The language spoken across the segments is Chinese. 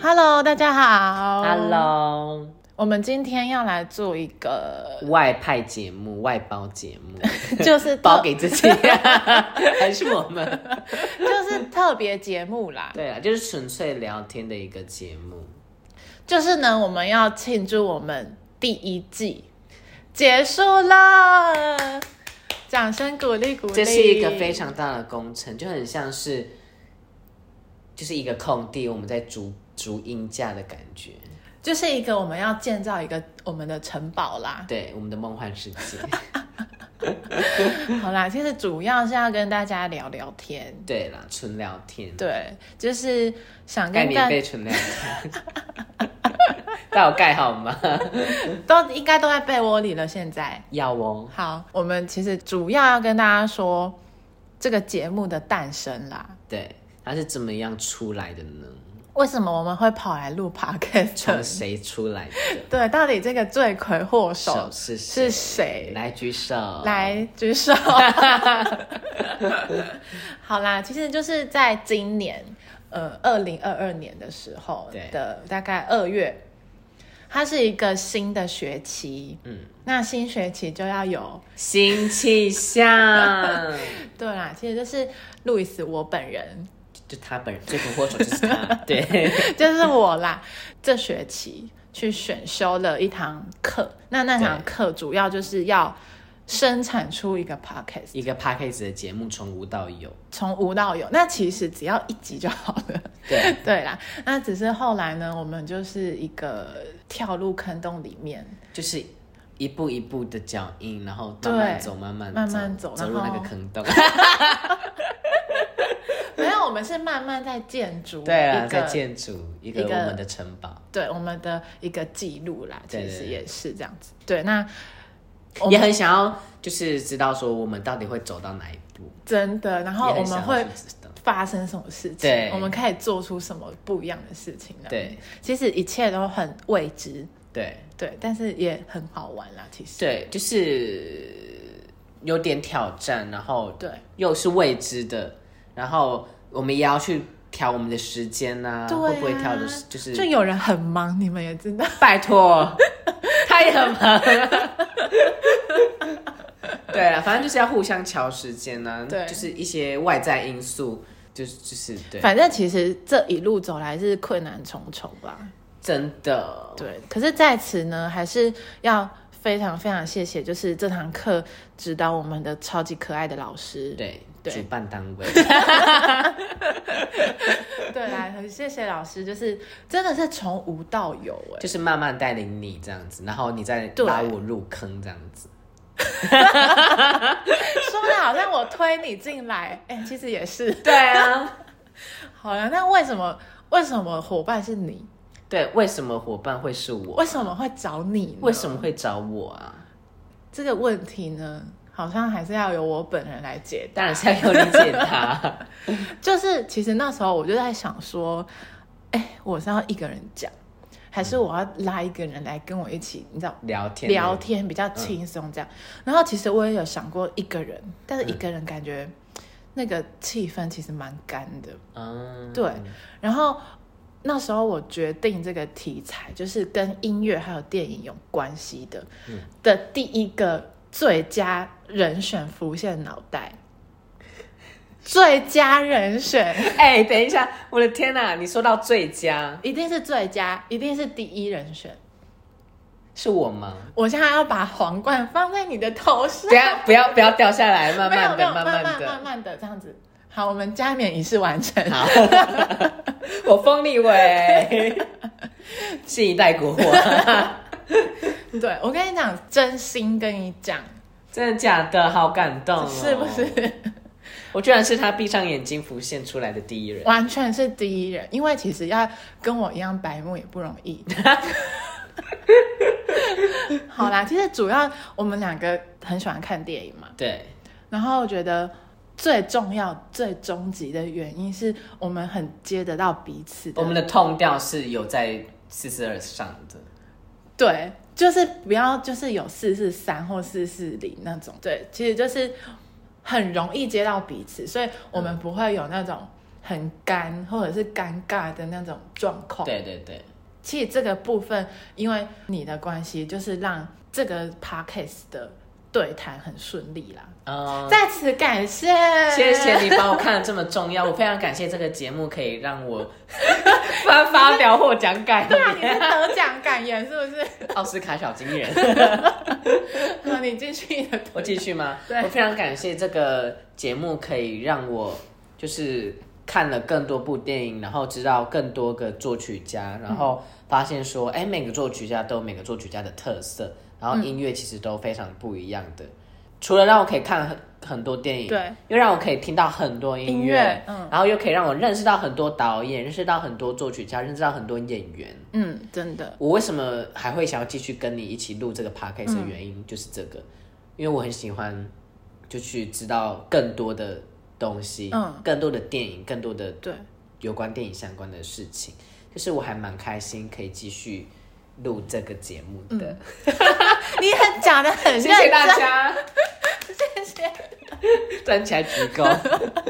Hello，大家好。哦 Hello，我们今天要来做一 个，外派节目、外包节目， 就是特包给自己， 还是我们？就是特别节目啦。对啊，就是纯粹聊天的一个节目。就是呢，我们要庆祝我们第一季结束了，掌声鼓励鼓励。这是一个非常大的工程，就很像是，就是一个空地，我们在逐逐音架的感觉。就是一个我们要建造一个我们的城堡啦。对，我们的梦幻世界。 好啦，其实主要是要跟大家聊聊天，对啦，纯聊天，对，就是想盖跟棉大被纯聊天。 那我盖好吗？都应该都在被窝里了，现在。要哦。好，我们其实主要要跟大家说这个节目的诞生啦。对，它是怎么样出来的呢？为什么我们会跑来录 podcast？从谁出来的？对，到底这个罪魁祸首手是是谁谁？来举手。，来举手。好啦，其实就是在今年，呃，二零二二年的时候对的大概二月，它是一个新的学期。嗯，那新学期就要有，新气象，对啦，其实就是路易斯我本人， 就他本人罪魁祸首就是 他。对，就是我啦，这学期去选修了一堂课，那那堂对课主要就是要生产出一个 podcast，一个 p a c k a g e 的节目从无到有。从无到有。那其实只要一集就好了， 对，对啦。那只是后来呢，我们就是一个跳入坑洞里面，就是一步一步的脚印，然后对慢慢走，慢慢慢慢走走入然那后个坑洞。没有，我们是慢慢在建筑 对啊，一在个建筑一个一我个们的城堡，对我们的一个记录啦。对其对实对也是这样子。对，那我们也很想要就是知道说我们到底会走到哪一步，真的，然后也我很们想会要去知道。发生什么事情，对我们可以做出什么不一样的事情呢？对，其实一切都很未知，对对，但是也很好玩啦。其实，对，就是有点挑战，然后对又是未知的，然后我们也要去调我们的时间呐、对啊会不会调的时，就是就有人很忙，你们也知道，拜 托，他也很忙。对啊，反正就是要互相调时间呐、对就是一些外在因素，就是就是对，反正其实这一路走来是困难重重吧。真的，对，可是在此呢，还是要非常非常谢谢，就是这堂课指导我们的超级可爱的老师。对对主办单 位对啦，很谢谢老师，就是真的是从无到有哎、就是慢慢带领你这样子，然后你再对拉我入坑这样子。说的好像我推你进来，哎、其实也是。对啊，好了，那为什么为什么伙伴是你？ 对，为什么伙伴会是我？为什么会找你呢？为什么会找我啊？这个问题呢？好像还是要由我本人来解答。当然是要有理解他。就是其实那时候我就在想说，哎、我是要一个人讲，还是我要拉一个人来跟我一起，你知道聊天聊天比较轻松这样。然后其实我也有想过一个人，但是一个人感觉那个气氛其实蛮干的。嗯，对，然后那时候我决定这个题材就是跟音乐还有电影有关系的、的第一个最佳人选浮现脑袋，最佳人选 哎、等一下，我的天哪、你说到最佳一定是最佳，一定是第一人选。是我吗？我现在要把皇冠放在你的头上等一，下不要不要掉下来，慢没有慢没有慢的，慢慢的。慢慢的这样子。好，我们加冕仪式完成。好， 我封立为新一代 国货， 对我跟你讲，真心跟你讲，真的假的？好感动、哦，是不？是？我居然是他闭上眼睛浮现出来的第一人，完全是第一人，因为其实要跟我一样白目也不容易。 好啦，其实主要我们两个很喜欢看电影嘛，对，然后我觉得最重要、最终极的原因是我们很接得到彼此的，我们的痛调是有在四四二上的。对，就是不要就是有四四三或四四零那嗯种，对，其实就是很容易接到彼此，所以我们不会有那种很干或者是尴尬的那种状况。对对对，其实这个部分，因为你的关系，就是让这个 podcast 的对谈很顺利啦。嗯，再次感谢，谢谢你把我看得这么重要，我非常感谢这个节目可以让我 发发表获奖感对啊，你是得奖感言是 不是？奥斯卡小金人。好，你继续你的 我继续吗？对我非常感谢这个节目，可以让我就是看了更多部电影，然后知道更多个作曲家，然后发现说，哎、每个作曲家都有每个作曲家的特色，然后音乐其实都非常不一样的。除了让我可以看很很多电影，嗯对，又让我可以听到很多音音乐嗯然后又可以让我认识到很多导演，认识到很多作曲家，认识到很多演员。嗯，真的，我为什么还会想要继续跟你一起录嗯这个 podcast 的原因、就是这个，因为我很喜欢就去知道更多的东西，嗯，更多的电影，更多的对，有关电影相关的事情，就是我还蛮开心可以继续录这个节目嗯的，你很讲的很认谢真，谢大家， 谢谢。站起来鞠躬，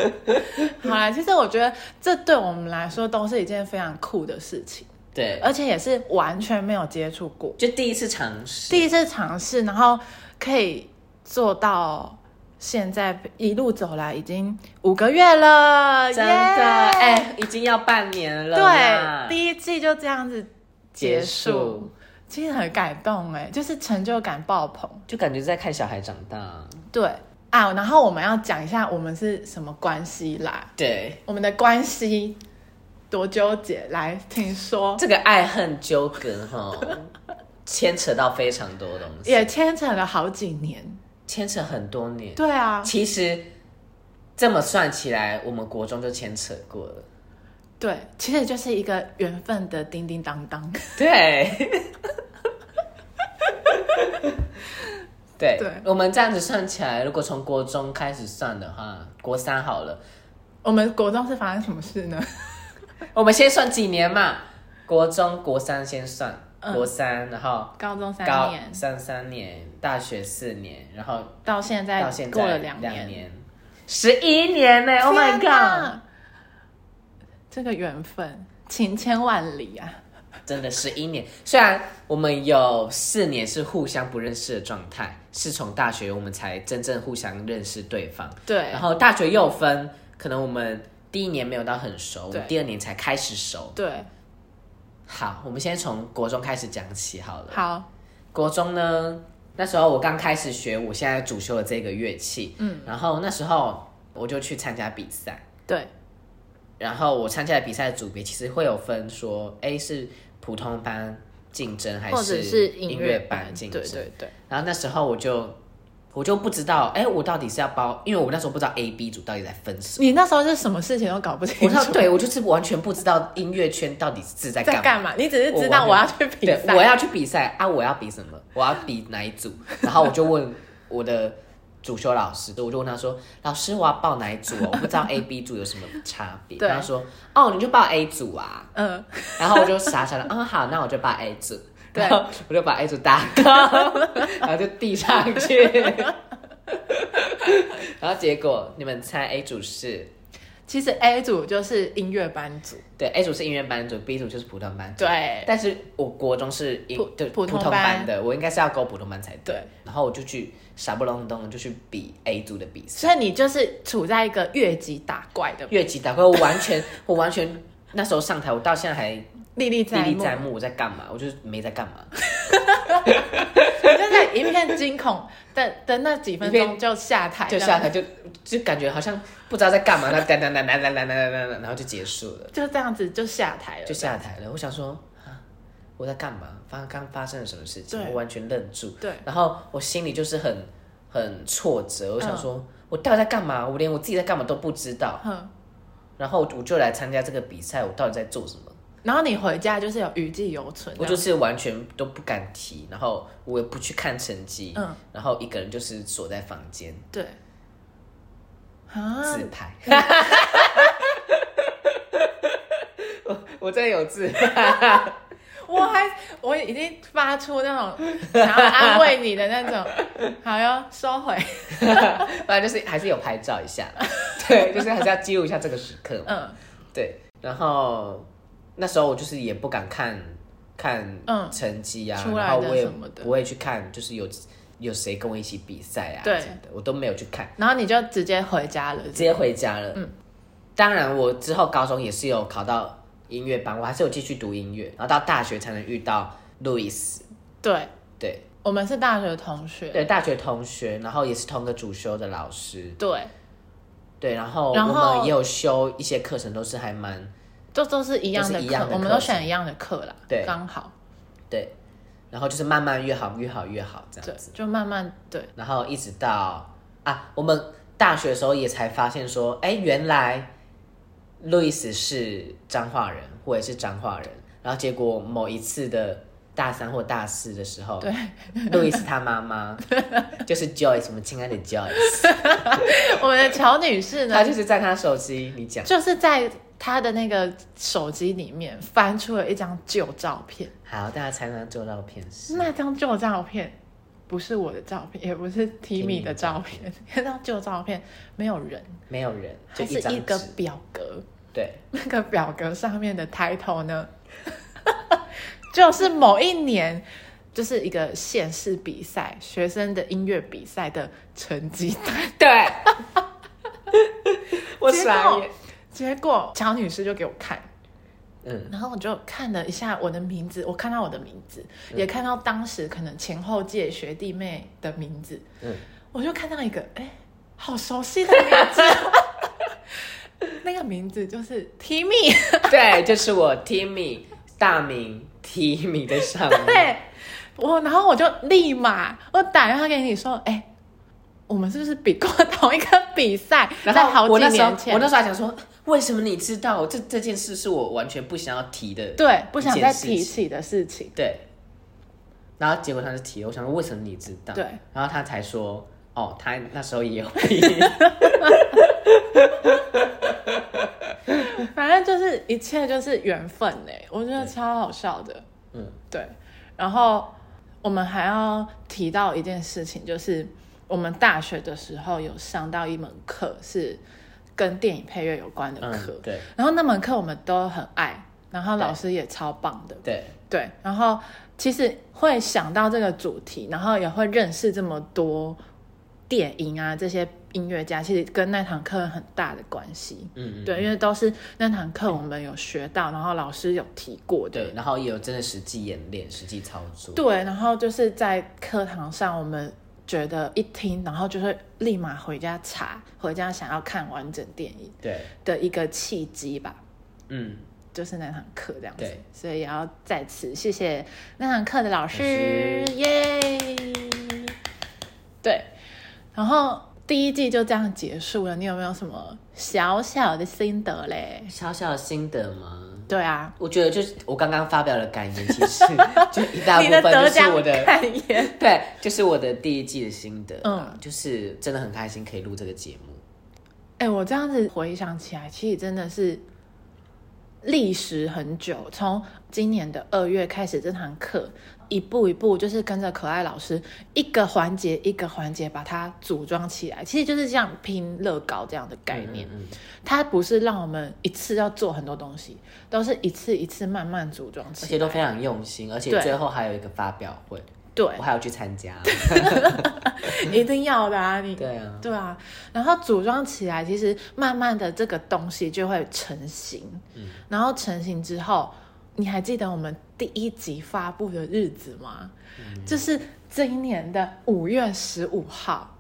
好啦，其实我觉得这对我们来说都是一件非常酷的事情，对，而且也是完全没有接触过，就第一次尝试，第一次尝试，然后可以做到现在一路走来已经五个月了，真的，哎、耶已经要半年了啦，对，第一季就这样子结结束，束，其实很感动哎，就是成就感爆棚，就感觉在看小孩长大，对啊，然后我们要讲一下我们是什么关系啦，对。我们的关系多纠结，来，请说。这个爱恨纠 葛哈，牵扯到非常多东西，也牵扯了好几年，牵扯很多年。对啊，其实这么算起来，我们国中就牵扯过了。对，其实就是一个缘分的叮叮当当。对， 对，对我们这样子算起来，如果从国中开始算的话，国三好了，我们国中是发生什么事呢？我们先算几年嘛？国中、国三先算，嗯国三，然后高中三高年三三年，大学四年，然后到现在到现在过了两年，年 Oh 十一年呢、o h my 天哪 god！这个缘分情千万里啊！真的十一年，虽然我们有四年是互相不认识的状态，是从大学我们才真正互相认识对方。对然后大学又分，可能我们第一年没有到很熟，我对们第二年才开始熟。对，好，我们先从国中开始讲起好了。好，国中呢，那时候我刚开始学我现在主修的这个乐器，嗯，然后那时候我就去参加比赛。对然后我参加的比赛组别其实会有分说，哎，是普通班竞争还或者是是音乐班竞争？对对对，然后那时候我就我就不知道，哎，我到底是要包，因为我那时候不知道 A、B 组到底在 分什么。你那时候是什么事情都搞不我清知道，楚，对我就是完全不知道音乐圈到底是在 干在嘛。干嘛？你只是知道我要去比对，赛，我要去比赛啊！我要比什么？我要比哪一 组？然后我就问我的主修老师，我就问他说：“老师，我要报哪一组啊？我不知道 A、B 组有什么差别。” 对他说：“哦，你就报 A 组啊。”嗯，然后我就 傻傻的，嗯，好，那我就把 A 组，对，我就把 A 组打 高，然后就递上去， 然后结果你们猜 A 组是？其实 A 组就是音乐班组，对，A 组是音乐班组，B 组就是普通班组。对但是我国中是音普对普通班通班的，我应该是要勾普通班才对对。然后我就去傻不隆咚地就去比 A 组的比赛，所以你就是处在一个越级打怪的越级打怪，我完全， 我完全那时候上台，我到现在还历历历在历目，在目，我在干嘛？我就是没在干嘛。你就在一片惊恐 的的那几分一钟片就下台，就下台就就感觉好像不知道在干嘛，那噔噔噔噔噔噔噔噔噔，然后就结束了，就这样子就下台了，就下台了。我想说啊，我在干嘛？发刚发生了什么事情？对我完全愣住。对然后我心里就是很很挫折，我想说、我到底在干嘛？我连我自己在干嘛都不知道。哼。然后我就来参加这个比赛，我到底在做什么？然后你回家就是有余悸犹存，我就是完全都不敢提，然后我也不去看成绩，嗯然后一个人就是锁在房间对啊，自拍。 我我真的有自 拍，我还我已经发出那种 想要安慰你的那种，好哟，收回。 反正就是还是有拍照一下。对，就是还是要记录一下这个时刻嘛。嗯对，然后那时候我就是也不敢看看嗯成绩啊，出来的然后我也什么的不会去看，就是有有谁跟我一起比赛啊，对什么的，我都没有去看，然后你就直接回家了，直接回家了。嗯，当然我之后高中也是有考到音乐班，我还是有继续读音乐，然后到大学才能遇到路易斯，对，对我们是大学同学，对，大学同学，然后也是同个主修的老师，对，对，然后然我后们也有修一些课程，都是还蛮都都是一样的都是一课样，的我们课都程选一样的课啦，对刚好，对，然后就是慢慢越好越好越好这样对子。，就慢慢对，然后一直到啊，我们大学的时候也才发现说，哎，原来路易斯是彰化人，我也是彰化人。然后结果某一次的大三或大四的时候，对，路易斯他妈妈 就是 Joyce，我们亲爱的 Joyce，我们的乔女士呢她，就是在她手机你讲就是在她的那个手机里面翻出了一张旧照片，好，大家猜那旧照片是那张旧照片不是我的照片，也不是 Timmy Timmy 的照片，那张旧照片没有人，没有人，就它是一张个纸，表格， 对，那个表格上面的 title 呢， 就是某一年。就是一个县市比赛，学生的音乐比赛的成绩单。对， 我结傻果眼，结果乔女士就给我看，嗯，然后我就看了一下我的名字，我看到我的名字，嗯也看到当时可能前后届学弟妹的名字，嗯我就看到一个，哎、好熟悉的名字， 那个名字就是 Timmy，嗯对，就是我 Timmy 大名 Timmy 的上面，对我，然后我就立马我打电话给你说，哎、我们是不是比过同一个比赛？然在后好我几那时候年前，我那时候还想说，为什么你知道这这件事是我完全不想要提的？对不想再一提件事起的事情，对。然后结果他就提了，我想说为什么你知道？对。然后他才说，哦，他那时候也有 比，反正就是一切就是缘分哎、我觉得超好笑的。嗯，对，然后我们还要提到一件事情，就是我们大学的时候有上到一门课是跟电影配乐有关的课，嗯，对然后那门课我们都很爱，然后对老师也超棒的，对对，然后其实会想到这个主题，然后也会认识这么多电影啊这些音乐家，其实跟那堂课有很大的关系。嗯嗯对，因为都是那堂课我们有学到，然后老师有提过的，对，然后也有真的实际演练、实际操作，对，然后就是在课堂上，我们觉得一听，然后就会立马回家查，回家想要看完整电影对，的一个契机吧，嗯，就是那堂课这样子对。所以也要在此谢谢那堂课的老师老，耶！对，然后第一季就这样结束了，你有没有什么小小的心得嘞？小小的心得吗？对啊，我觉得就是我刚刚发表了感言，其 实就一大部你的分得就是奖我的感言，对，就是我的第一季的心得，嗯嗯，就是真的很开心可以录这个节目， 哎、我这样子回想起来，其实真的是历时很久，从今年的二月开始，这堂课一步一步就是跟着可爱老师一个环节一个环节把它组装起来，其实就是像拼乐高这样的概念。嗯，嗯嗯它不是让我们一次要做很多东西，都是一次一次慢慢组装而起且来。都非常用心，而且对最后还有一个发表会，对我，还有去参加，一定要的啊！你对啊，对啊，然后组装起来，其实慢慢的这个东西就会成型。嗯然后成型之后，你还记得我们第一集发布的日子吗？嗯就是这一年的五月十五号，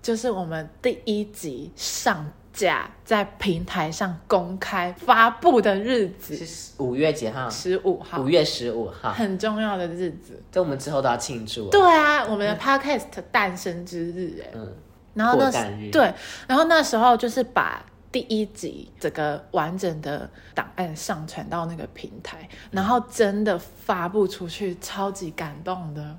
就是我们第一集上架在平台上公开发布的日子，是五月几号？十五号五，月十五号，很重要的日子。这我们之后都要庆祝，对，啊，我们的 podcast 诞生之日，哎，嗯，然后那破蛋时日对，然后那时候就是把第一集整个完整的档案上传到那个平台，然嗯后真的发布出去，超级感动的，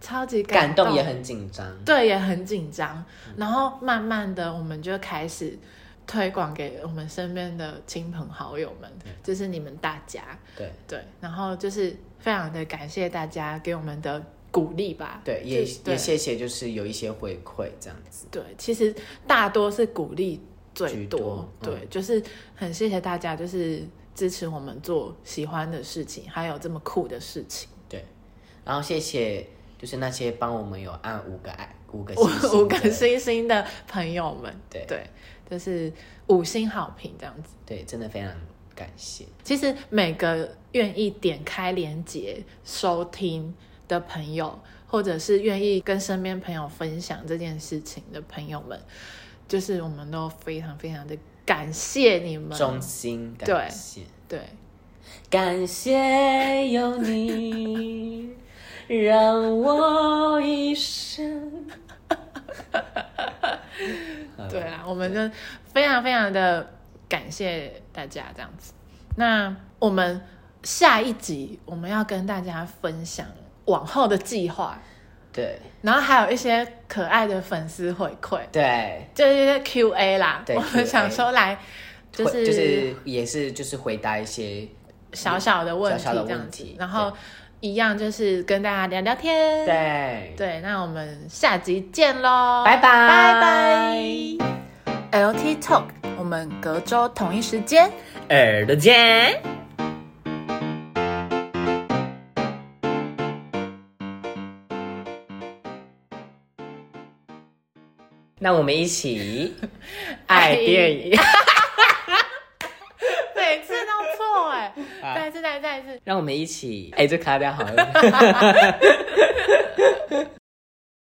超级感动动也很紧张，对，也很紧张。然后慢慢的，我们就开始推广给我们身边的亲朋好友们，就是你们大家对对，然后就是非常的感谢大家给我们的鼓励吧，对，也就是对也谢谢，就是有一些回馈这样子，对，其实大多是鼓励最居多嗯对，就是很谢谢大家，就是支持我们做喜欢的事情，还有这么酷的事情。对，然后谢谢就是那些帮我们有按五个爱五个星星五五个的星星的朋友们，对就是五星好评这样子。对，真的非常感谢。其实每个愿意点开连接收听的朋友，或者是愿意跟身边朋友分享这件事情的朋友们，就是我们都非常非常的感谢你们。衷心感谢，对，感谢有你，让我一生。嗯对啦，我们就非常非常的感谢大家这样子。那我们下一集我们要跟大家分享往后的计划，对然后还有一些可爱的粉丝回馈，对，就是一些 Q&A 啦。对我们 Q&A 想说来就会是就是也是就是回答一些小小的问题小小的这样问子题，然后一样就是跟大家聊聊天。对，对，那我们下集见喽，拜拜拜拜。LT Talk，我们隔周同一时间。耳朵见。那我们一起爱电影， 每次都错哎、啊再一次，再一次，再一次。让我们一起哎，这卡掉好了。